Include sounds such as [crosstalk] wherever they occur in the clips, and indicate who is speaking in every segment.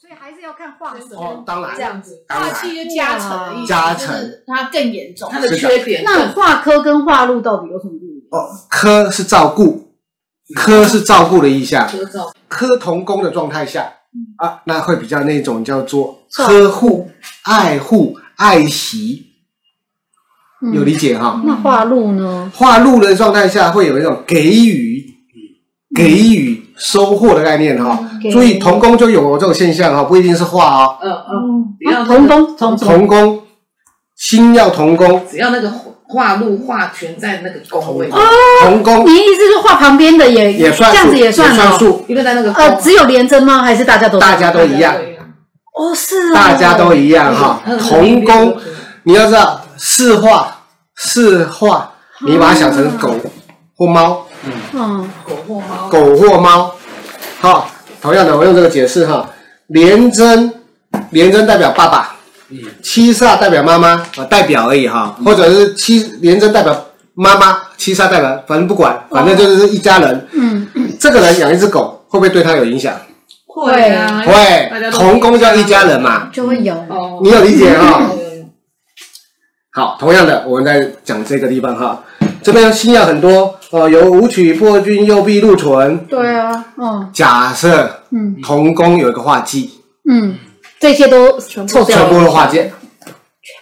Speaker 1: 所以还是要看画质。
Speaker 2: 哦，当然
Speaker 3: 这，样子，
Speaker 2: 当然
Speaker 3: 化气就加成的意思，
Speaker 2: 加成
Speaker 3: 就是它更严重。
Speaker 2: 的缺
Speaker 3: 点
Speaker 1: 那画科跟画路到底有什么不一样？
Speaker 2: 哦，科是照顾，科是照顾的意象，
Speaker 3: 遮罩
Speaker 2: 科同工的状态下
Speaker 1: 嗯
Speaker 2: 啊，那会比较那种叫做
Speaker 1: 照
Speaker 2: 呵护、爱护、爱惜，
Speaker 1: 嗯
Speaker 2: 有理解哈？
Speaker 1: 那画路呢？
Speaker 2: 化禄的状态下，会有一种给予、
Speaker 1: 嗯
Speaker 2: 给予收获的概念哈。
Speaker 1: 给
Speaker 2: 注意同工就有这种现象哈，不一定是化哦，
Speaker 4: 嗯嗯，
Speaker 1: 嗯
Speaker 4: 不要
Speaker 1: 啊同工同
Speaker 2: 同工心要同工，
Speaker 4: 只要那个画路画全在那个宫位，
Speaker 3: 哦
Speaker 2: 同工
Speaker 1: 你的意思是画旁边的也
Speaker 2: 也算
Speaker 1: 哦嗯这样
Speaker 2: 数，
Speaker 1: 子也算
Speaker 2: 算
Speaker 1: 哦？
Speaker 2: 数，
Speaker 4: 因为在那个宫啊
Speaker 1: 呃，只有连针吗？还是大家都
Speaker 2: 大家都一样，啊
Speaker 1: 哦，是哦
Speaker 2: 大家都一
Speaker 4: [laughs]
Speaker 2: 样哈。
Speaker 4: 嗯
Speaker 2: 同工你要知道，是化是化，你把它想成
Speaker 4: [laughs]
Speaker 2: 狗或猫，
Speaker 1: 嗯
Speaker 4: 狗或猫，
Speaker 2: 狗或猫。好，同样的，我用这个解释哈。廉贞，廉贞代表爸爸，七煞代表妈妈，啊，代表而已哈，
Speaker 4: 嗯
Speaker 2: 或者是七廉贞代表妈妈，七煞代表，反正不管，
Speaker 4: 哦
Speaker 2: 反正就是一家人。
Speaker 1: 嗯，
Speaker 2: 这个人养一只狗，会不会对他有影响？
Speaker 4: 会啊，大
Speaker 2: 会，
Speaker 4: 家都
Speaker 2: 同工叫一家人嘛，
Speaker 1: 就会有
Speaker 4: 哦，嗯
Speaker 2: 你有理解哈？好，同样的，我们在讲这个地方哈，这边新药很多，呃，有武曲、破军、右臂、禄存。
Speaker 1: 对啊，嗯
Speaker 2: 假设
Speaker 1: 嗯
Speaker 2: 同宫有一个化忌，
Speaker 1: 嗯，这些都凑
Speaker 2: 全
Speaker 1: 掉
Speaker 2: 部
Speaker 1: 了，
Speaker 2: 都化忌，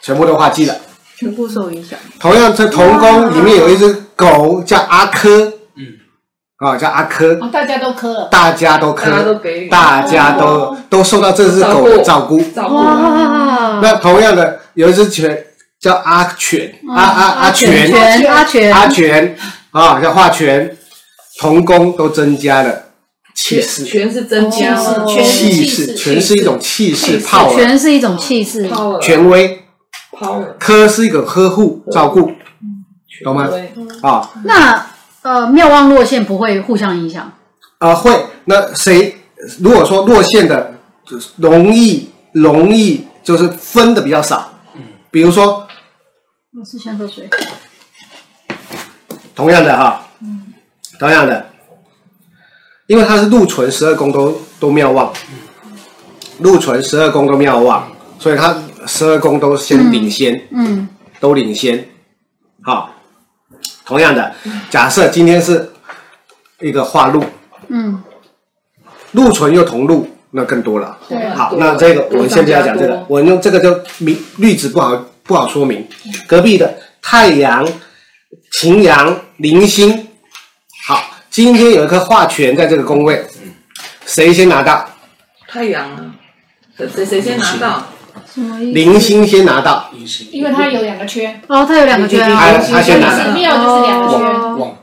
Speaker 2: 全部都化忌了。
Speaker 3: 全部受影响。
Speaker 2: 同样，在同宫里面有一只狗叫阿珂，
Speaker 5: 嗯，
Speaker 2: 啊，叫阿珂，
Speaker 3: 哦，大家都磕了，
Speaker 2: 大家都
Speaker 4: 大家都
Speaker 2: 珂，
Speaker 4: 给予哦
Speaker 2: 大家都都受到这只狗的照顾。
Speaker 4: 照顾，
Speaker 1: 哇，
Speaker 2: 那同样的，有一只犬叫阿犬，
Speaker 1: 哦
Speaker 2: 阿阿阿
Speaker 1: 全
Speaker 2: 犬，
Speaker 1: 全阿全
Speaker 2: 阿全啊，叫画全，同工都增加了气势，
Speaker 4: 全是增加
Speaker 3: 哦
Speaker 4: 了，
Speaker 3: 全是
Speaker 2: 气
Speaker 3: 气
Speaker 2: 势，
Speaker 3: 势
Speaker 2: 全是一种气势
Speaker 4: 气势
Speaker 2: 泡了，
Speaker 1: 全是一种气势，
Speaker 4: 抛了，
Speaker 2: 权威，
Speaker 4: 抛了，
Speaker 2: 科是一个呵护照顾懂吗
Speaker 4: 对
Speaker 2: 啊，
Speaker 1: 那呃，妙望落线不会互相影响。
Speaker 2: 啊会，那谁如果说落线的，就是容易容易就是分的比较少，比如说
Speaker 1: 我是先喝水。
Speaker 2: 同样的哈，同样的，因为它是禄存十二宫都都妙望，禄存十二宫都妙望，所以它十二宫都先领先，
Speaker 1: 嗯
Speaker 2: 都领先。好，同样的，假设今天是一个化禄，
Speaker 1: 嗯，
Speaker 2: 禄存又同禄，那更多了。
Speaker 1: 对
Speaker 2: 好，那这个我们先不要讲这个，我用这个就明例子不好不好说明。隔壁的太阳、擎羊、零星，好，今天有一颗化权在这个宫位，谁先拿到？
Speaker 4: 太阳啊，谁谁谁先拿到？
Speaker 1: 什么意思？
Speaker 2: 零星先拿到，
Speaker 5: 隐形
Speaker 3: 因为它有两个缺，
Speaker 1: 哦，它有两个圈啊。
Speaker 2: 他他先拿
Speaker 3: 寺
Speaker 2: 到，
Speaker 3: 庙就是两个缺，
Speaker 1: 哦
Speaker 5: 旺，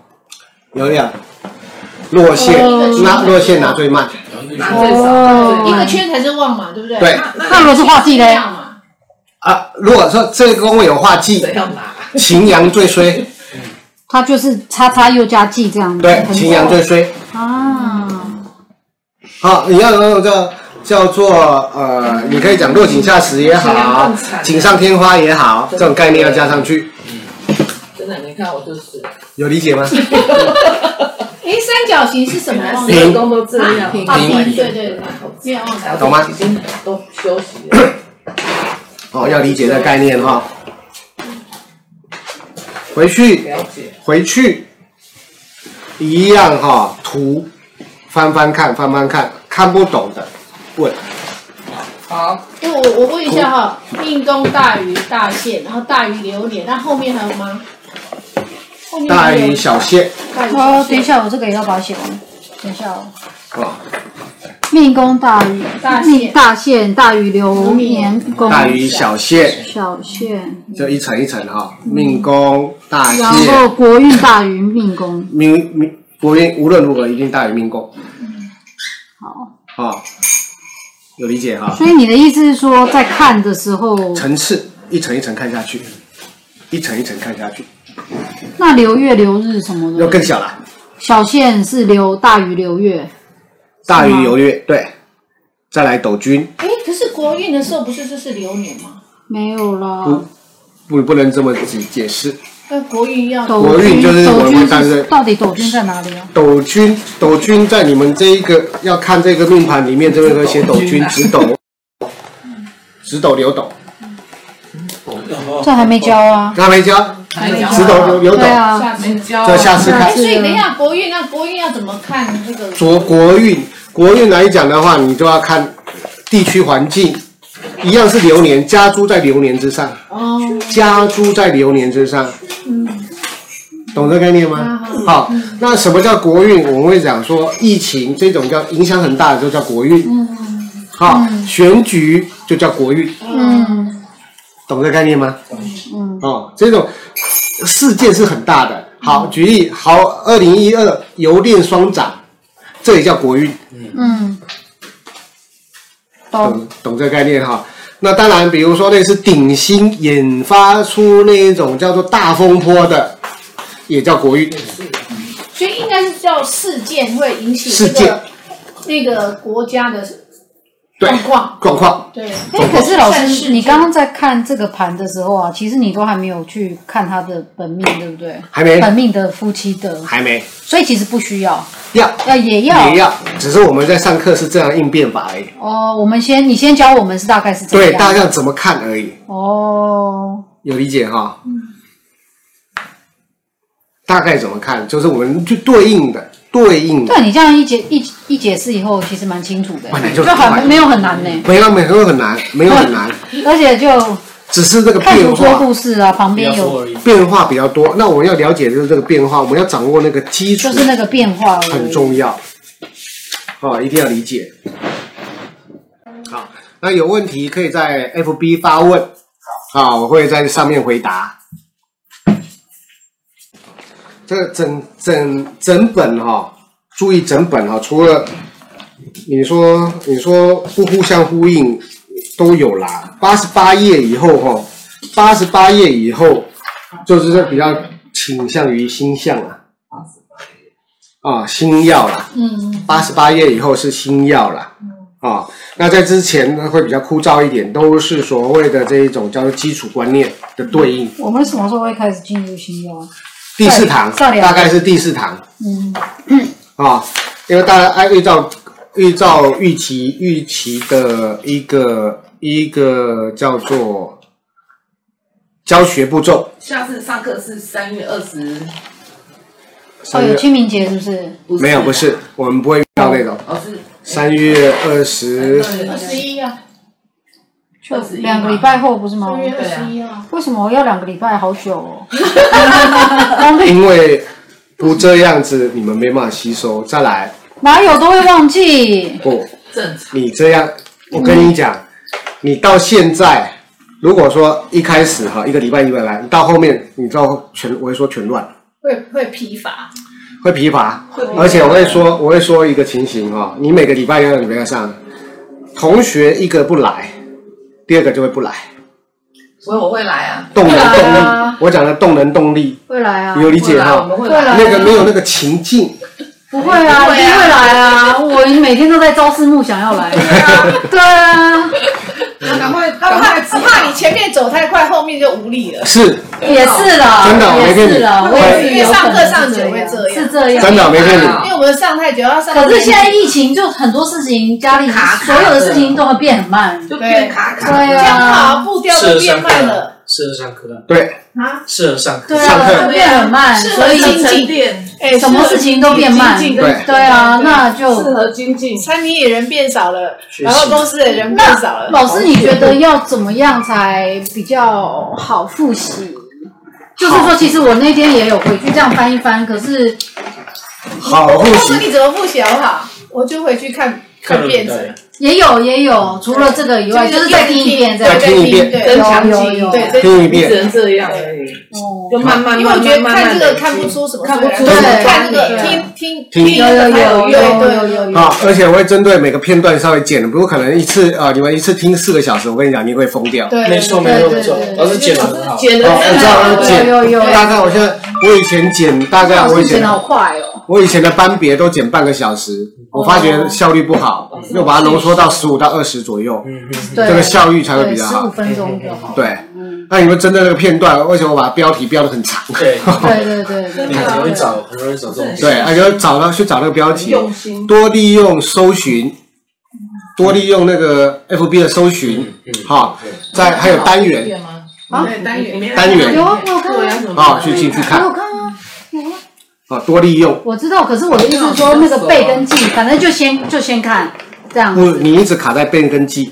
Speaker 2: 有两落线
Speaker 1: 哦，
Speaker 2: 那落线拿最慢，
Speaker 5: 然
Speaker 4: 拿
Speaker 5: 后那
Speaker 4: 最少，
Speaker 1: 哦
Speaker 3: 一个圈才是旺嘛，对不对？
Speaker 2: 对
Speaker 4: 那
Speaker 1: 那如
Speaker 4: 那
Speaker 1: 果是画技嘞，
Speaker 3: 嘛，
Speaker 2: 啊。如果说这个宫位有化忌，
Speaker 4: 谁要拿？
Speaker 2: 擎羊最 [laughs] 衰，
Speaker 1: 它就是叉叉又加记这样子。
Speaker 2: 对，
Speaker 1: 很
Speaker 2: 擎羊最衰。
Speaker 1: 啊，
Speaker 2: 好，你要有叫叫做呃，你可以讲落井下石也
Speaker 4: 尽量
Speaker 2: 好
Speaker 4: 共产，
Speaker 2: 锦上添花也好，这
Speaker 4: 对
Speaker 2: 种概念要加上去，
Speaker 4: 真的，你看我就是，
Speaker 2: 有理解吗？
Speaker 3: 诶，三角形是什么
Speaker 1: [laughs]
Speaker 3: 旺
Speaker 4: 十？二宫都这样，
Speaker 3: 平
Speaker 4: 啊
Speaker 3: 平对对对月旺财，
Speaker 2: 懂吗
Speaker 4: 已经都休息了，
Speaker 2: 哦，要理解这个概念哈、回去
Speaker 4: 了解，
Speaker 2: 回去，一样哈、图翻翻看，翻翻看，看不懂的问，
Speaker 4: 好，
Speaker 3: 诶我我问一下哈，命宫大于大限，然后大于流年，那后面还有吗？后面
Speaker 2: 大
Speaker 3: 还有
Speaker 2: 于小限
Speaker 3: 大于小
Speaker 1: 哦，等一
Speaker 3: 限，
Speaker 1: 下，我这个也要把它写完。等一下哦，
Speaker 2: 哦，
Speaker 1: 命宫大于
Speaker 3: 大限
Speaker 1: 命大限大于流年宫
Speaker 2: 大于小限，
Speaker 1: 小限，
Speaker 2: 就一层一层哈、
Speaker 4: 嗯
Speaker 2: 命宫大
Speaker 1: 然后
Speaker 2: 限，
Speaker 1: 国运大于命宫。
Speaker 2: 命命国运无论如何一定大于命宫。
Speaker 1: 好，
Speaker 2: 哦，有理解哈、
Speaker 1: 所以你的意思是说，在看的时候，
Speaker 2: 层次一层一层看下去，一层一层看下去，
Speaker 1: 那流月流日什么
Speaker 2: 又
Speaker 1: 的
Speaker 2: 更，小了，
Speaker 1: 小限是流大于流月。
Speaker 2: 大于游月，对，再来斗君，
Speaker 3: 诶，可是国运的时候不是就是流年吗？
Speaker 1: 没有啦，
Speaker 2: 不不不能这么解解释，
Speaker 3: 那国运要
Speaker 1: 斗
Speaker 2: 国运就是
Speaker 1: 斗
Speaker 2: 我
Speaker 1: 军
Speaker 2: 们单身
Speaker 1: 到底斗军在哪里啊？
Speaker 2: 斗君，斗君在你们这一个要看这个命盘里面，这边会写斗君、直斗、直斗、流斗，
Speaker 1: 这还没教啊。
Speaker 2: 那没教，
Speaker 4: 还有
Speaker 2: 直斗、流流斗
Speaker 1: 对，啊，
Speaker 3: 下
Speaker 4: 没
Speaker 3: 次。
Speaker 4: 教，
Speaker 2: 这下次
Speaker 1: 下
Speaker 2: 看
Speaker 1: 次
Speaker 3: 所以等一下国运，那国运要怎么看这个？
Speaker 2: 着国运。国运来讲的话，你就要看地区环境，一样是流年，家猪在流年之上，
Speaker 3: 哦，
Speaker 2: 家猪在流年之上，
Speaker 3: 嗯，
Speaker 2: 懂这个概念吗？好，那什么叫国运？我们会讲说，疫情这种叫影响很大的，就叫国运。好，选举就叫国运，
Speaker 1: 嗯
Speaker 2: 懂这个概念吗？
Speaker 1: 嗯，
Speaker 2: 哦，这种事件是很大的。好，举例，好，二零一二油电双涨，这也叫国运，
Speaker 1: 嗯，懂
Speaker 2: 懂懂这个概念哈。那当然，比如说类似鼎新引发出那一种叫做大风波的，也叫国运。
Speaker 3: 所以应该是叫事件会引起
Speaker 2: 事
Speaker 3: 这
Speaker 2: 件
Speaker 3: 个那个国家的
Speaker 2: 对
Speaker 3: 状况，
Speaker 2: 状况，
Speaker 3: 对，
Speaker 1: 哎，可是老师，你刚
Speaker 3: 刚
Speaker 1: 刚在看这个盘的时候啊，其实你都还没有去看他的本命，对不对？
Speaker 2: 还没
Speaker 1: 本命的夫妻的，
Speaker 2: 还没
Speaker 1: 所以其实不需要，
Speaker 2: 要
Speaker 1: 要也要
Speaker 2: 也要，只是我们在上课是这样应变法而已。
Speaker 1: 哦。我们先，你先教我们是大概是怎么
Speaker 2: 对，
Speaker 1: 样？
Speaker 2: 大家怎么看而已，
Speaker 1: 哦，
Speaker 2: 有理解哈？
Speaker 1: 嗯
Speaker 2: 大概怎么看，就是我们就对应的对应的。
Speaker 1: 对你这样一解一一解释以后，其实蛮清楚的
Speaker 2: 本来，就
Speaker 1: 就是很没有很难呢，
Speaker 2: 没有没有很难，没有很难，
Speaker 1: 而且就
Speaker 2: 只是这个
Speaker 1: 看
Speaker 2: 变
Speaker 1: 图说
Speaker 2: 化
Speaker 1: 故事啊，旁
Speaker 5: 不
Speaker 1: 边
Speaker 5: 要说
Speaker 1: 有
Speaker 5: 而已。
Speaker 2: 变化比较多。那我们要了解就是这个变化，我们要掌握那个基础
Speaker 1: 就是那个变化而已
Speaker 2: 很重要，哦，一定要理解。好，那有问题可以在 FB 发问，啊，我会在上面回答。这个整整整本哈、注意整本哈、除了你说你说不互相呼应都有啦，八十八页以后哈、八十八页以后就是比较倾向于星象了、啊，啊，星耀啦，
Speaker 3: 嗯
Speaker 2: 八十八页以后是新药啦，啊、那在之前呢会比较枯燥一点，都是所谓的这一种叫做基础观念的对应。
Speaker 1: 我们什么时候会开始进入新药？
Speaker 2: 第四堂
Speaker 1: 上两
Speaker 2: 大概是第四堂
Speaker 1: 嗯，
Speaker 2: 啊、因为大家按预照预照预期预期的一个一个叫做教学步骤，
Speaker 4: 下次上课是三月二十，
Speaker 1: 哦，
Speaker 2: 三
Speaker 1: 有
Speaker 2: 月嗯
Speaker 1: 清明节是不是？
Speaker 2: 没有不，是，我们不会遇到那种
Speaker 4: 哦是
Speaker 2: 三月二十
Speaker 3: 二十一啊，
Speaker 1: 就
Speaker 4: 21
Speaker 1: 两个礼拜后不是吗
Speaker 3: 二？月二
Speaker 4: 对啊
Speaker 3: 十一啊，
Speaker 1: 为什么要两个礼拜？好久哦。
Speaker 2: [laughs]
Speaker 1: 两个
Speaker 2: 因为不这样子，你们没办法吸收。再来，
Speaker 1: 哪有都会忘记。
Speaker 2: 不，
Speaker 4: 正常，
Speaker 2: 你这样，我跟你讲，你到现在，如果说一开始哈，一个礼拜一个礼拜，你到后面，你知道全，我会说全乱，
Speaker 3: 会会疲乏，
Speaker 2: 会疲乏
Speaker 4: 会疲，乏
Speaker 2: 而且我会说，我会说一个情形哈，你每个礼拜要礼拜上，同学一个不来，第二个就会不来，
Speaker 4: 所以我会来啊，
Speaker 2: 动人动
Speaker 1: 会来
Speaker 2: 力
Speaker 1: 啊，
Speaker 2: 我讲的动人动力，
Speaker 1: 会来啊
Speaker 2: 你，有理解
Speaker 4: 会来我
Speaker 2: 哈？
Speaker 4: 们会
Speaker 1: 会来
Speaker 4: 来，
Speaker 2: 那个没有那个情境，
Speaker 1: 不会啊，
Speaker 4: 不
Speaker 1: 一
Speaker 4: 会
Speaker 1: 定
Speaker 4: 啊
Speaker 1: 会来啊！我每天都在朝思暮想要
Speaker 2: [laughs]
Speaker 1: 来。对啊，
Speaker 4: 那赶快
Speaker 3: 他
Speaker 4: 赶
Speaker 3: 怕
Speaker 4: 快
Speaker 3: 他怕你前面走太快，后面就无力了。
Speaker 2: 是
Speaker 1: 也是啦，
Speaker 2: 真的我没
Speaker 1: 也
Speaker 2: 骗你哎
Speaker 1: 是啦，我也是有可能是
Speaker 3: 因为上课上久会这样
Speaker 1: 是这
Speaker 4: 啊
Speaker 1: 样。
Speaker 2: 真的，我没骗你。
Speaker 3: 因为我们上太久，要上
Speaker 1: 可是现在疫情，就很多事情，家里
Speaker 4: 卡卡
Speaker 1: 所
Speaker 4: 的
Speaker 1: 有的事情都会变很慢。
Speaker 4: 就变卡卡，
Speaker 1: 对
Speaker 3: 这样
Speaker 1: 啊，
Speaker 3: 跑步调
Speaker 5: 适
Speaker 3: 都
Speaker 5: 合
Speaker 3: 变
Speaker 5: 上课
Speaker 3: 慢了
Speaker 5: 啊，适合上课啊，
Speaker 2: 对，
Speaker 3: 啊！
Speaker 5: 适合上课
Speaker 1: 对。
Speaker 2: 上课
Speaker 1: 啊，就变很慢，
Speaker 3: 是
Speaker 1: 所以
Speaker 3: 是
Speaker 4: 精进练，
Speaker 3: 哎，
Speaker 1: 什么事情都变慢。
Speaker 4: 精进
Speaker 2: 对
Speaker 4: 跟
Speaker 1: 对啊，那
Speaker 4: 适
Speaker 1: 就
Speaker 4: 合精进，
Speaker 3: 餐厅的人变少了，
Speaker 5: 学习
Speaker 3: 然后公司的人变少
Speaker 1: 那
Speaker 3: 了。
Speaker 1: 老师，你觉得要怎么样才比较好复习？就是说，其实我那天也有回去这样翻一翻，可是
Speaker 2: 好复
Speaker 3: 我告诉
Speaker 2: 习。
Speaker 3: 你怎么复习好不好？我就回去看看
Speaker 5: 变
Speaker 3: 辫子，
Speaker 1: 也有也有，除了这个以外，啊就是再听一遍这样
Speaker 2: 再。
Speaker 3: 对
Speaker 2: 听一遍
Speaker 3: 对
Speaker 4: 增强
Speaker 1: 有
Speaker 4: 记忆
Speaker 1: 有有，
Speaker 3: 对对
Speaker 2: 听一
Speaker 4: 你只
Speaker 2: 遍，
Speaker 4: 能这样而已，
Speaker 1: 哦
Speaker 4: 就慢慢
Speaker 3: 因为我
Speaker 4: 慢慢
Speaker 3: 觉得
Speaker 4: 慢
Speaker 3: 看
Speaker 4: 慢
Speaker 3: 这个
Speaker 4: 地
Speaker 3: 看不出什么，
Speaker 4: 看不出
Speaker 1: 什么
Speaker 3: 看这个
Speaker 4: 端倪啊
Speaker 3: 听听
Speaker 2: 听
Speaker 1: 有有有有有有有，
Speaker 2: 好，啊而且我会针对每个片段稍微剪，不可能一次啊、呃你们一次听四个小时，我跟你讲，你会疯掉。
Speaker 3: 对，
Speaker 5: 没错没错没错，老师剪的很好。
Speaker 4: 剪的
Speaker 2: 哦你知道吗剪
Speaker 1: 有有有
Speaker 2: 大概我现在，我以前剪大概啊我以
Speaker 1: 剪
Speaker 2: 前
Speaker 1: 的好快哦。
Speaker 2: 我以前的班别都剪半个小时，我发觉效率不好，又把它浓缩到十五到二十左右，
Speaker 5: 嗯嗯，
Speaker 1: 对，
Speaker 2: 这个效率才会
Speaker 1: 对
Speaker 2: 比较
Speaker 1: 十五
Speaker 2: 好。
Speaker 1: 分钟就好。
Speaker 2: 对，
Speaker 1: 嗯，
Speaker 2: 那你们针对那个片段，为什么我把标题标的很长？
Speaker 5: 对，
Speaker 1: 对对对对
Speaker 5: 你
Speaker 1: 对，
Speaker 5: 很容易找，很容易找这种。
Speaker 2: 对，而且找到去找那个标
Speaker 4: 很
Speaker 2: 题，
Speaker 4: 用心，
Speaker 2: 多利用搜寻，多利用那个 FB 的搜寻，好，
Speaker 1: 嗯
Speaker 2: 在还有单元
Speaker 4: 吗？
Speaker 1: 啊
Speaker 4: 对单元，
Speaker 2: 单元
Speaker 1: 有啊我有看啊
Speaker 4: 我要什么
Speaker 2: 啊去 [laughs] 进去
Speaker 1: 我
Speaker 2: 看
Speaker 1: 有看啊，有啊，
Speaker 2: 啊，多利用。
Speaker 1: 我知道，可是我的意思是说那个背跟记，反正就先就先看这样
Speaker 2: 不，
Speaker 1: 子。
Speaker 2: 你一直卡在变更记，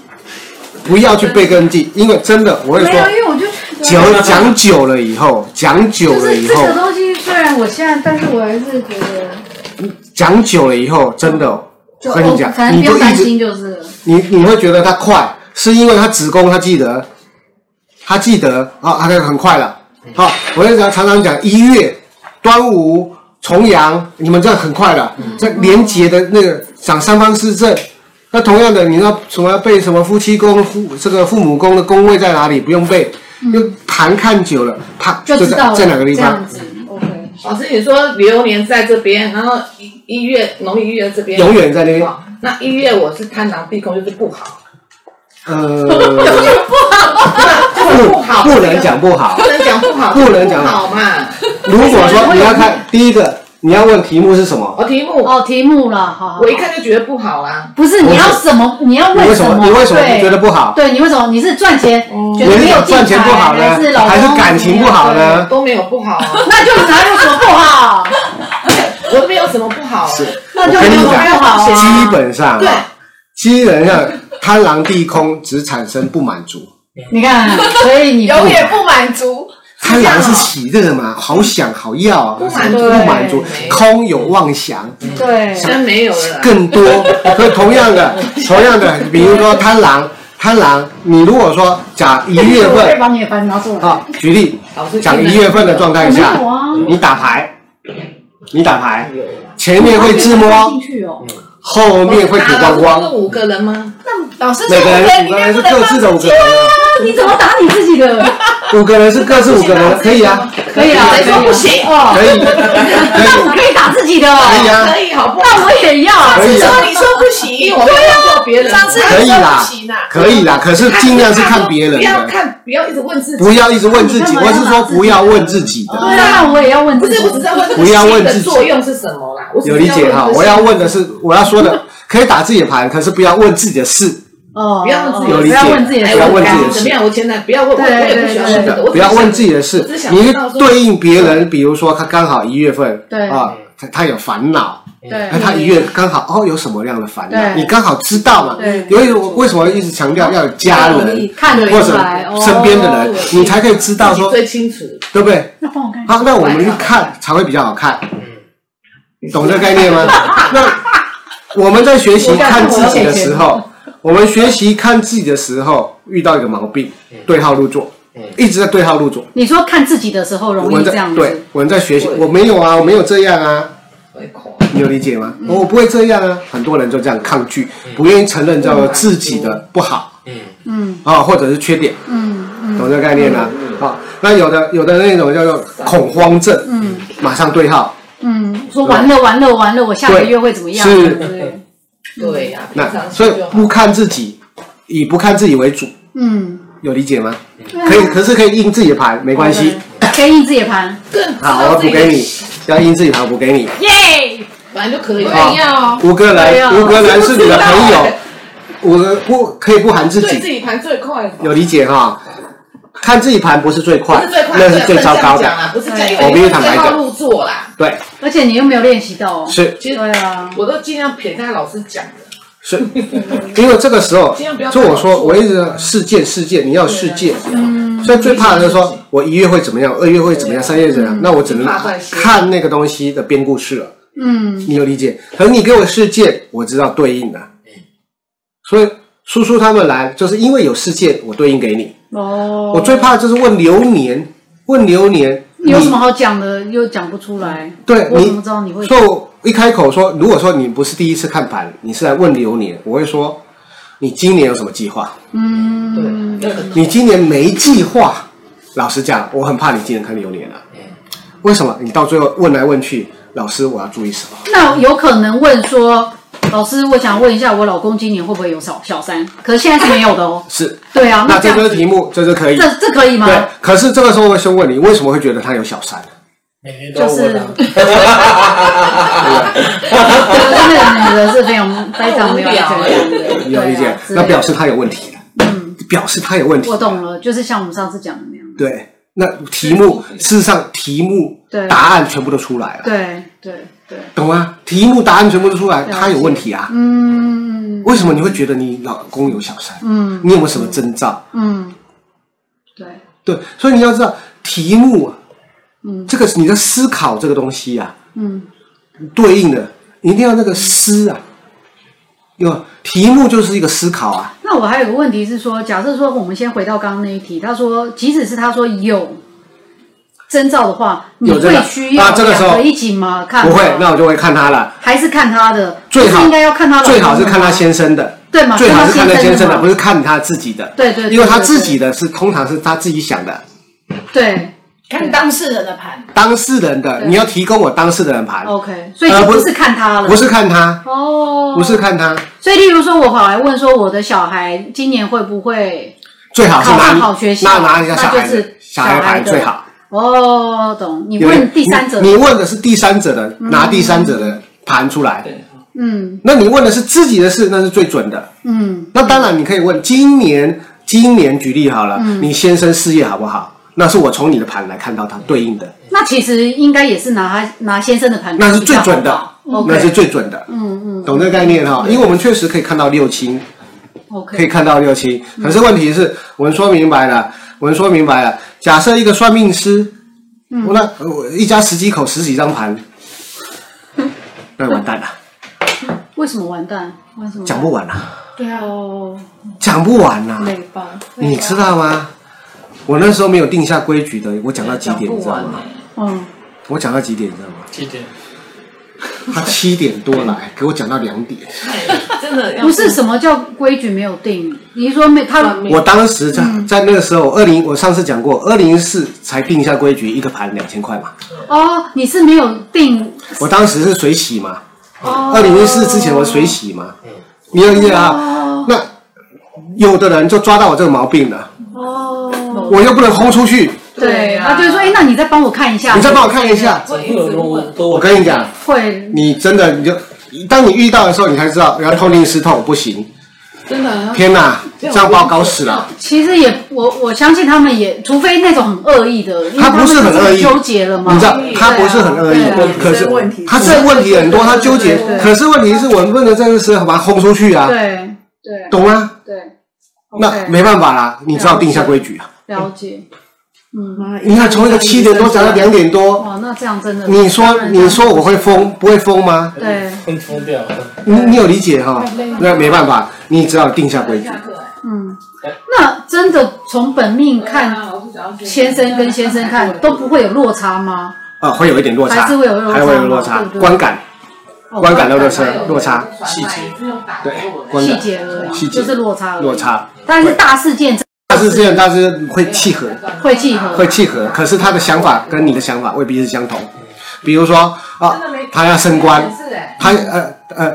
Speaker 2: 不要去变更记，因为真的我会
Speaker 1: 没有，因
Speaker 2: 说，
Speaker 1: 为我就
Speaker 2: 讲讲久了以后，讲久
Speaker 1: 就
Speaker 2: 了
Speaker 1: 是
Speaker 2: 以
Speaker 1: 这
Speaker 2: 后
Speaker 1: 个，东西，虽然我现在，但是我还是觉得
Speaker 2: 讲久了以后，真的，
Speaker 1: 就
Speaker 2: 我跟你
Speaker 1: OK，
Speaker 2: 讲
Speaker 1: 反，正
Speaker 2: 你
Speaker 1: 不用
Speaker 2: 就一
Speaker 1: 担
Speaker 2: 直
Speaker 1: 心就是了。
Speaker 2: 你你会觉得他快，是因为他子宫他记得，他记得啊，他很快了。
Speaker 1: 嗯
Speaker 2: 好、我就常常常讲一月、端午、重阳，你们这很快了。
Speaker 1: 嗯
Speaker 2: 这连结的那个讲三方四正，那同样的，你要什么要背什么夫妻宫、父这个父母宫的宫位在哪里，不用背，就盘看久了，盘
Speaker 1: 嗯就知
Speaker 2: 在
Speaker 1: 道了
Speaker 2: 在哪个地
Speaker 1: 这
Speaker 2: 方
Speaker 1: 样。子，OK。
Speaker 4: 老师，你说流年在这边，然后一一月农历一月这边
Speaker 2: 永远在那边，
Speaker 4: 好那一月我是贪狼闭宫，就是不
Speaker 2: [laughs]
Speaker 4: 好，
Speaker 1: [laughs]
Speaker 2: 呃，
Speaker 4: 就是不好，
Speaker 2: 不能讲不好
Speaker 4: 不。能讲不好，
Speaker 2: 不能讲
Speaker 4: 不好嘛。
Speaker 1: [laughs]
Speaker 2: 如果说你要看第一个，你要问题目是什么，
Speaker 4: 我题目
Speaker 1: 哦，题目了，好好好
Speaker 4: 我一看就觉得不好啊啦，
Speaker 1: 不是
Speaker 2: 不是
Speaker 1: 你要什么，你要
Speaker 2: [laughs] 你为
Speaker 1: 问
Speaker 2: 什
Speaker 1: 么？
Speaker 2: 么你为什么
Speaker 1: 对
Speaker 2: 觉得不好？
Speaker 1: 对，你为什么？你是赚钱，
Speaker 4: 哦
Speaker 1: 觉
Speaker 2: 你
Speaker 1: 得
Speaker 2: 是
Speaker 1: 没有
Speaker 2: 想赚
Speaker 1: 进
Speaker 2: 钱
Speaker 1: 财
Speaker 2: 不好呢
Speaker 1: 还是，老
Speaker 2: 还是
Speaker 1: 公
Speaker 2: 感情不好呢？
Speaker 4: 都没有不好啊，
Speaker 1: 那就哪有什么不好？
Speaker 4: 我没有什么不好啊。
Speaker 2: 是，
Speaker 1: 那就
Speaker 2: 我跟
Speaker 1: 没
Speaker 2: 你
Speaker 1: 有
Speaker 2: 讲
Speaker 1: 不好啊
Speaker 2: 基本上，
Speaker 4: 对，
Speaker 2: 基本上贪狼地空只产生不满足。
Speaker 1: 你
Speaker 4: [laughs]
Speaker 1: 看，所以你
Speaker 3: 永远不满足，
Speaker 2: 贪狼是喜乐
Speaker 1: 啊
Speaker 2: 嘛，好想好要，啊
Speaker 4: 不满足
Speaker 2: 不满足
Speaker 4: 对，
Speaker 2: 空有妄想，
Speaker 1: 对
Speaker 4: 真没有了啦。
Speaker 2: 更多。所以同样
Speaker 1: [laughs]
Speaker 2: 的，同样的，比如说贪狼，贪狼，你如果说讲一月
Speaker 1: 我可以
Speaker 2: 份
Speaker 1: 把你的牌拿出来。
Speaker 2: 啊，举例
Speaker 4: 老师
Speaker 2: 讲一月份的状态
Speaker 1: 我没
Speaker 2: 下
Speaker 1: 有，啊，
Speaker 2: 你打牌，你打牌，
Speaker 4: 有啦
Speaker 2: 前面会自
Speaker 1: 我
Speaker 2: 摸嗯
Speaker 1: 进，去哦。
Speaker 2: 后面会给光
Speaker 4: 老师
Speaker 2: 光，
Speaker 4: 不是五个人吗？
Speaker 3: 老师说
Speaker 2: 每
Speaker 3: 我
Speaker 2: 个人
Speaker 3: 们
Speaker 2: 五
Speaker 3: 应
Speaker 2: 个
Speaker 3: 该
Speaker 2: 人
Speaker 3: 不
Speaker 2: 是
Speaker 3: 能
Speaker 2: 各
Speaker 3: 放
Speaker 2: 自的五个人，
Speaker 1: 啊你怎么打你自己
Speaker 4: [laughs]
Speaker 1: 的？
Speaker 2: 五个人是各自五个人，可以啊，
Speaker 1: 可以啊，
Speaker 4: 谁说不行
Speaker 1: 哦。
Speaker 2: 可以，
Speaker 1: 那我
Speaker 2: 可
Speaker 1: 可以打自己的哦，
Speaker 2: 以，可以啊，
Speaker 4: 可以好不好？
Speaker 1: 那我也要。
Speaker 2: 可以啊，
Speaker 3: 说你说不行，
Speaker 4: 因为我没看过别人，
Speaker 3: 上次
Speaker 2: 可以啦
Speaker 3: 你说不行啊，
Speaker 2: 可以啦，可是尽量是看别人
Speaker 4: 不要
Speaker 2: 的，
Speaker 4: 看，不要一直问自己。
Speaker 2: 不要一直问自己，我是说不要问自己的，
Speaker 1: 对啊，那我也要问
Speaker 4: 不
Speaker 1: 自己。
Speaker 4: 是，我只是要问这个
Speaker 2: 不要问
Speaker 4: 心
Speaker 2: 自己
Speaker 4: 的作用是什么啦。我只是
Speaker 2: 有理解哈？
Speaker 4: 要问这个
Speaker 2: 我要问的是，我要说的，可以打自己的牌，可是不要问自己的事，
Speaker 1: 哦，
Speaker 4: 不要问自己
Speaker 2: 有理解
Speaker 1: 不要问自己的
Speaker 4: 哎
Speaker 1: 事
Speaker 2: 不要
Speaker 4: 我
Speaker 2: 问自己
Speaker 4: 该
Speaker 2: 的事
Speaker 4: 怎么样？我前男不要问，我
Speaker 1: 对
Speaker 4: 我也不喜欢
Speaker 1: 对对
Speaker 4: 问这个，我
Speaker 2: 不要问自己的事
Speaker 4: 我只，想
Speaker 2: 你是
Speaker 4: 知道说
Speaker 2: 对应别人，比如说他刚好一月份，
Speaker 1: 对
Speaker 2: 啊，他他有烦恼。
Speaker 1: 对
Speaker 2: 哎，他一月刚好哦，有什么样的烦恼，
Speaker 1: 对
Speaker 2: 你刚好知道嘛？
Speaker 1: 对
Speaker 2: 因为我为什么一直强调要有家人
Speaker 1: 看得
Speaker 2: 或者
Speaker 1: 出来，哦
Speaker 2: 身边的人，
Speaker 4: 对
Speaker 2: 你才可以知道
Speaker 4: 自己
Speaker 2: 说，
Speaker 4: 最清楚。
Speaker 2: 对不对？
Speaker 1: 那帮我看一下。
Speaker 2: 好，那我们去看才会比较好看，
Speaker 1: 嗯
Speaker 2: 懂这个概
Speaker 1: [laughs]
Speaker 2: 念吗？那我们在学习看自己的时候，我们学习看自己的时候遇到一个毛病，
Speaker 1: 嗯
Speaker 2: 对号入座，一直在对号入座。
Speaker 1: 你说看自己的时候容
Speaker 2: 我
Speaker 1: 易
Speaker 2: 在
Speaker 1: 这样
Speaker 2: 对
Speaker 1: 子，，
Speaker 2: 我们在学习，
Speaker 4: 对
Speaker 2: 我没有啊，我没有这样啊，
Speaker 4: 我也恐
Speaker 2: 你有理解吗？哦我不会这样啊，很多人就这样抗拒，不愿意承认叫自己的不好
Speaker 1: 嗯
Speaker 2: 啊，或者是缺点，
Speaker 1: 嗯
Speaker 2: 懂这个概念吗？啊，那有的有的那种叫做恐慌症，
Speaker 1: 嗯
Speaker 2: 马上对号，
Speaker 1: 嗯，说完了完了完了，我下个月会怎么样？
Speaker 2: 对是
Speaker 1: 对不对
Speaker 4: 对呀，平
Speaker 2: 那
Speaker 4: 常
Speaker 2: 所以
Speaker 4: 心就好
Speaker 2: 不看自己，以不看自己为主，
Speaker 1: 嗯，
Speaker 2: 有理解吗？
Speaker 1: 对啊
Speaker 2: 可以，可是可以印自己的牌，没关系。
Speaker 1: 可以印自己的盘，
Speaker 4: 更知
Speaker 2: 好，
Speaker 4: 嗯
Speaker 2: 我
Speaker 4: 道自
Speaker 2: 补
Speaker 4: 己
Speaker 2: 给你，要印自己牌，我补给你。啊
Speaker 1: 耶！
Speaker 4: 本来就可以
Speaker 3: 不
Speaker 4: 了。
Speaker 3: 能要，
Speaker 2: 五个
Speaker 1: 哎
Speaker 2: 人，
Speaker 1: 呀
Speaker 2: 五个人是你的朋
Speaker 4: 我不知道
Speaker 2: 友
Speaker 4: 哎，
Speaker 2: 五个不可以不含自
Speaker 4: 对
Speaker 2: 己
Speaker 4: 自，己盘最快吧，
Speaker 2: 有理解哈？看自己盘不是最
Speaker 4: 不
Speaker 2: 快，
Speaker 4: 是最快，
Speaker 2: 那是最
Speaker 4: 不能
Speaker 2: 糟
Speaker 4: 这
Speaker 2: 糕
Speaker 4: 样
Speaker 2: 的
Speaker 4: 讲。啦，啊不是
Speaker 1: 对
Speaker 4: 这样，因
Speaker 2: 我
Speaker 4: 为
Speaker 2: 必须
Speaker 4: 你
Speaker 2: 坦白
Speaker 4: 对
Speaker 2: 讲
Speaker 4: 号入座啦。
Speaker 2: 对，
Speaker 1: 而且你又没有练习到哦。
Speaker 2: 是
Speaker 4: 其实
Speaker 1: 对啊，
Speaker 4: 我都尽量撇开老师讲啊的，
Speaker 2: 是， [laughs] 因为这个时候
Speaker 4: 尽量不要，
Speaker 2: 就我说，
Speaker 4: 做
Speaker 2: 我一直事件事件，你要事件，
Speaker 4: 啊
Speaker 2: 所以最怕的就是说我一月会怎么样，二月会怎么样，三月怎么样，那我只能
Speaker 4: 嗯怕坏事
Speaker 2: 看那个东西的编故事了。
Speaker 1: 嗯，
Speaker 2: 你有理解？可是你给我事件，我知道对应的，所以叔叔他们来，就是因为有事件，我对应给你。
Speaker 1: 哦，
Speaker 2: 我最怕就是问流年，问流年，
Speaker 1: 有什么好讲的又讲不出来，
Speaker 2: 对
Speaker 1: 我
Speaker 2: 你
Speaker 1: 怎么知道你会？
Speaker 2: 所以我一开口说，如果说你不是第一次看盘，你是来问流年，我会说，你今年有什么计划？
Speaker 4: 对
Speaker 1: 嗯，，
Speaker 4: 那个
Speaker 2: 你今年没计划，老实讲，我很怕你今年看流啊年了、为什么？你到最后问来问去，老师我要注意什么？
Speaker 1: 那有可能问说，老师，我想问一下，我老公今年会不会有小小三？可是现在是没有的
Speaker 2: [laughs]
Speaker 1: 哦。
Speaker 2: 是，
Speaker 1: 对啊，
Speaker 2: 那
Speaker 1: 这
Speaker 2: 这
Speaker 1: 样
Speaker 2: 就是题目，这就可以。
Speaker 1: 这这可以吗？
Speaker 2: 对，
Speaker 1: [laughs]
Speaker 2: 可是这个时候我先问你，为什么会觉得他有小三？
Speaker 5: 每天都问啊，
Speaker 1: 真的女的是非常非常没有安全感的，
Speaker 2: 你有理
Speaker 1: 对
Speaker 2: 解
Speaker 1: 啊？之类
Speaker 2: 那
Speaker 1: 的
Speaker 2: 表示他有问题了。嗯，表示他有问题
Speaker 1: 我。懂了，就是像我们上次讲的那样。
Speaker 2: 对，那题目事实上题目
Speaker 1: 对
Speaker 2: 答案全部都出来了，
Speaker 1: 对对对，
Speaker 2: 懂吗？题目答案全部都出来，
Speaker 1: 对
Speaker 2: 他有问题啊。
Speaker 1: 嗯
Speaker 2: 为什么你会觉得你老公有小三？
Speaker 1: 嗯
Speaker 2: 你有没有什么征兆？
Speaker 1: 嗯，对，
Speaker 2: 对，所以你要知道题目啊，
Speaker 1: 嗯
Speaker 2: 这个你在思考这个东西啊，
Speaker 1: 嗯
Speaker 2: 对应的你一定要那个思啊，有题目就是一个思考啊。
Speaker 1: 那我还有个问题是说，假设说我们先回到刚刚那一题，他说即使是他说有征兆的话，你
Speaker 2: 有这个
Speaker 1: 会需要
Speaker 2: 那这个时候
Speaker 1: 两个一起吗？看
Speaker 2: 不会
Speaker 1: 吗，
Speaker 2: 那我就会看他了。
Speaker 1: 还是看他的，
Speaker 2: 最
Speaker 1: 不
Speaker 2: 好
Speaker 1: 是应该要看啊他老公
Speaker 2: 最
Speaker 1: 的吗
Speaker 2: 好是看他先生的，
Speaker 1: 对嘛，
Speaker 2: 最好是看他先生的，
Speaker 1: 嘛
Speaker 2: 不是看他自己的。
Speaker 1: 对对对
Speaker 2: 因为他自己的是通常是他自己想的，
Speaker 1: 对
Speaker 3: 看当事人的盘，
Speaker 2: 当事人的
Speaker 1: 对哦
Speaker 2: 你要提供我当事人的盘，
Speaker 1: OK，所以
Speaker 2: 呃
Speaker 1: 就
Speaker 2: 不
Speaker 1: 不是看他了，
Speaker 2: 不是看他，
Speaker 1: 哦，
Speaker 2: 不是看他，
Speaker 1: 所以，例如说，我跑来问说，我的小孩今年会不会？
Speaker 2: 最好是
Speaker 1: 考
Speaker 2: 拿
Speaker 1: 上好学校
Speaker 2: 那拿人家小孩
Speaker 1: 那就是
Speaker 2: 的小孩
Speaker 1: 小孩
Speaker 2: 盘
Speaker 1: 的
Speaker 2: 最好。
Speaker 1: 哦，懂。你
Speaker 2: 因为
Speaker 1: 问第三者，
Speaker 2: 你你问的是第三者的，拿第三者的盘出来。
Speaker 5: 对
Speaker 1: 嗯
Speaker 2: 那你问的是自己的事，那是最准的。
Speaker 1: 嗯
Speaker 2: 那当然，你可以问今年，今年举例好了，
Speaker 1: 嗯
Speaker 2: 你先生事业好不好？那是我从你的盘来看到它对应的，
Speaker 1: 那其实应该也是拿他拿先生的盘，
Speaker 2: 那是最准的，
Speaker 1: OK，
Speaker 2: 那是最准的。
Speaker 1: 嗯嗯
Speaker 2: 懂这个概念哈、因为我们确实可以看到六亲，可以
Speaker 1: ，OK，
Speaker 2: 看到六亲。
Speaker 4: 嗯
Speaker 2: 可是问题是，我们说明白了，我们说明白了。假设一个算命师，
Speaker 4: 嗯
Speaker 2: 那呃我一家十几口十几张盘， [laughs] 那完蛋了，
Speaker 1: 为什么完蛋？为什么
Speaker 2: 讲不完了。
Speaker 3: 对啊，
Speaker 2: 讲不完呐、
Speaker 4: 累吧？
Speaker 2: 你知道吗？我那时候没有定下规矩的，我讲到几
Speaker 4: 讲
Speaker 2: 点你
Speaker 4: 不
Speaker 2: 知道
Speaker 4: 完
Speaker 2: 吗？
Speaker 4: 欸，
Speaker 1: 嗯，
Speaker 2: 我讲到几点你知道吗？
Speaker 5: 几点？
Speaker 2: 他七点多
Speaker 4: 嗯
Speaker 2: 来，给我讲到两点。
Speaker 4: 真的要
Speaker 1: 不是什么叫规矩没有定，你是说没他
Speaker 4: 算命
Speaker 2: 我当时在
Speaker 4: 嗯
Speaker 2: 在那个时候，二零我上次讲过，二零四才定下规矩，一个盘两千块嘛。
Speaker 1: 哦，你是没有定
Speaker 2: 我当时是水洗嘛，
Speaker 1: 哦，
Speaker 2: 二零一四之前我水洗嘛，你有理解啊？那有的人就抓到我这个毛病了，
Speaker 1: 哦，
Speaker 2: 我又不能轰出去，
Speaker 1: 对，
Speaker 4: 啊
Speaker 1: 他就会说，哎，那你再帮我看一下，
Speaker 2: 你再帮我看一下。
Speaker 4: 会一
Speaker 5: 会有
Speaker 4: 直
Speaker 5: 人
Speaker 4: 问，
Speaker 5: 都
Speaker 2: 我
Speaker 5: 问，
Speaker 2: 跟你讲，
Speaker 1: 会
Speaker 2: 你真的你就，当你遇到的时候，你才知道，然后痛定思痛，不行，
Speaker 4: 真
Speaker 1: 啊
Speaker 4: 的
Speaker 2: 天哪，这样把我搞死了。
Speaker 1: 其实也，我我相信他们也，除非那种很恶意的，因为
Speaker 2: 他不
Speaker 1: 们
Speaker 2: 是很
Speaker 1: 自己
Speaker 2: 恶意
Speaker 1: 纠结了嘛。
Speaker 2: 你知道他不是很恶意
Speaker 1: 对啊对啊，
Speaker 2: 可是
Speaker 4: 本身问题
Speaker 2: 他这问题很多，他纠结
Speaker 1: 对对。对
Speaker 2: 可是问题是我们不能在这个时候把他轰出去啊，
Speaker 1: 对对
Speaker 2: 懂吗？
Speaker 1: 对，
Speaker 2: 那
Speaker 1: OK，
Speaker 2: 没办法啦，你只好定下规矩啊。
Speaker 1: 了解。嗯，
Speaker 4: 啊！
Speaker 2: 你看从一个七点多讲到两点多，
Speaker 1: 哇，那这样真的，
Speaker 2: 你说你说我会疯，不会疯吗？
Speaker 1: 对，
Speaker 5: 疯疯掉了。
Speaker 2: 你你有理解哈？那没办法，你只好定下规矩。
Speaker 1: 嗯，那真的从本命看先生跟先生看都不会有落差吗？
Speaker 2: 啊，会有一点落差，
Speaker 1: 还是会有落差
Speaker 2: 还会有落
Speaker 1: 对
Speaker 2: 差
Speaker 1: 不，对
Speaker 2: 观感
Speaker 1: 哦
Speaker 2: 观感到落差落差，
Speaker 5: 细节
Speaker 2: 对观
Speaker 1: 细
Speaker 2: 感
Speaker 1: 节而已，啊
Speaker 2: 细节
Speaker 1: 就是落差而已
Speaker 2: 落。差。
Speaker 1: 但是大事件
Speaker 2: 但是这样，但是会契合，
Speaker 1: 会契合，
Speaker 2: 会契合。可是他的想法跟你的想法未必是相同。比如说啊，他要升官，他呃呃，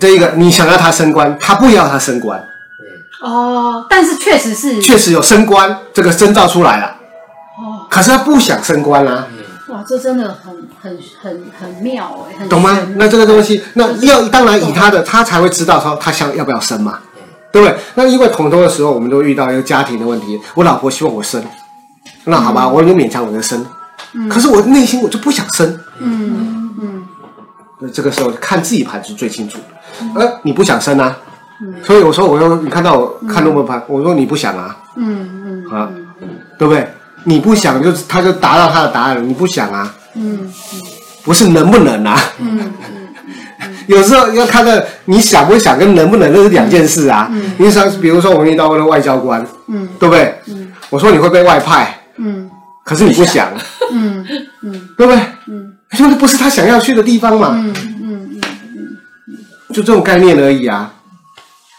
Speaker 2: 这一个你想要他升官，他不要他升官，
Speaker 1: 哦，但是确实是
Speaker 2: 确实有升官这个征兆出来了。
Speaker 1: 哦，
Speaker 2: 可是他不想升官啊啦、
Speaker 1: 哇，这真的很很很很妙哎，很
Speaker 2: 懂吗
Speaker 1: 玄？
Speaker 2: 那这个东西，那要当然以他的，他才会知道说他想要不要升嘛，对不对？那因为统筹的时候，我们都遇到一个家庭的问题，我老婆希望我升，那好吧，我就勉强我就升，可是我内心我就不想升，
Speaker 1: 嗯嗯
Speaker 2: 那这个时候看自己盘是最清楚
Speaker 1: 嗯
Speaker 2: 的，呃，你不想升啊，所以我说我又你看到我看论文盘，我说你不想啊，
Speaker 1: 嗯
Speaker 2: 啊，对不对？你不想就他就达到他的答案了，你不想啊，
Speaker 1: 嗯
Speaker 2: 不是能不能啊，
Speaker 1: 嗯
Speaker 2: 有时候要看到你想不想跟能不能，这是两件事啊。你想，比如说我们遇到那个外交官，
Speaker 1: 嗯
Speaker 2: 对不对？我说你会被外派，
Speaker 1: 嗯
Speaker 2: 可是你不想，
Speaker 1: 嗯嗯
Speaker 2: 对不对？因为那不是他想要去的地方嘛，
Speaker 1: 嗯嗯，
Speaker 2: 就这种概念而已啊。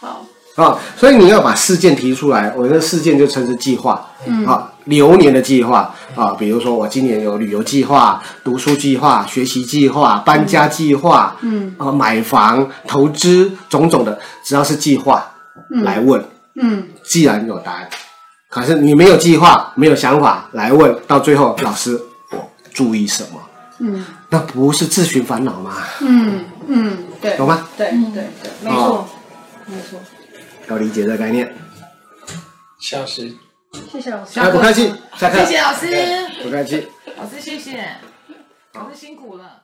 Speaker 1: 好，嗯
Speaker 2: 啊，所以你要把事件提出来，我的事件就称之计划。啊，流年的计划啊，比如说我今年有旅游计划、读书计划、学习计划、搬家计划，
Speaker 1: 嗯
Speaker 2: 呃，买房、投资种种的，只要是计划来问，
Speaker 1: 嗯，
Speaker 2: 既然有答案，可是你没有计划、没有想法来问，到最后老师我注意什么？
Speaker 1: 嗯，
Speaker 2: 那不是自寻烦恼吗？
Speaker 1: 嗯嗯，对，
Speaker 2: 懂吗？
Speaker 1: 对对对，没错
Speaker 2: 哦，
Speaker 1: 没错。
Speaker 2: 要理解这个概念。
Speaker 5: 消失。
Speaker 1: 谢谢老师。啊
Speaker 2: 哎，不客气，下课
Speaker 4: 谢，谢老师，
Speaker 2: 不客气。
Speaker 4: 老师谢谢，老师辛苦了。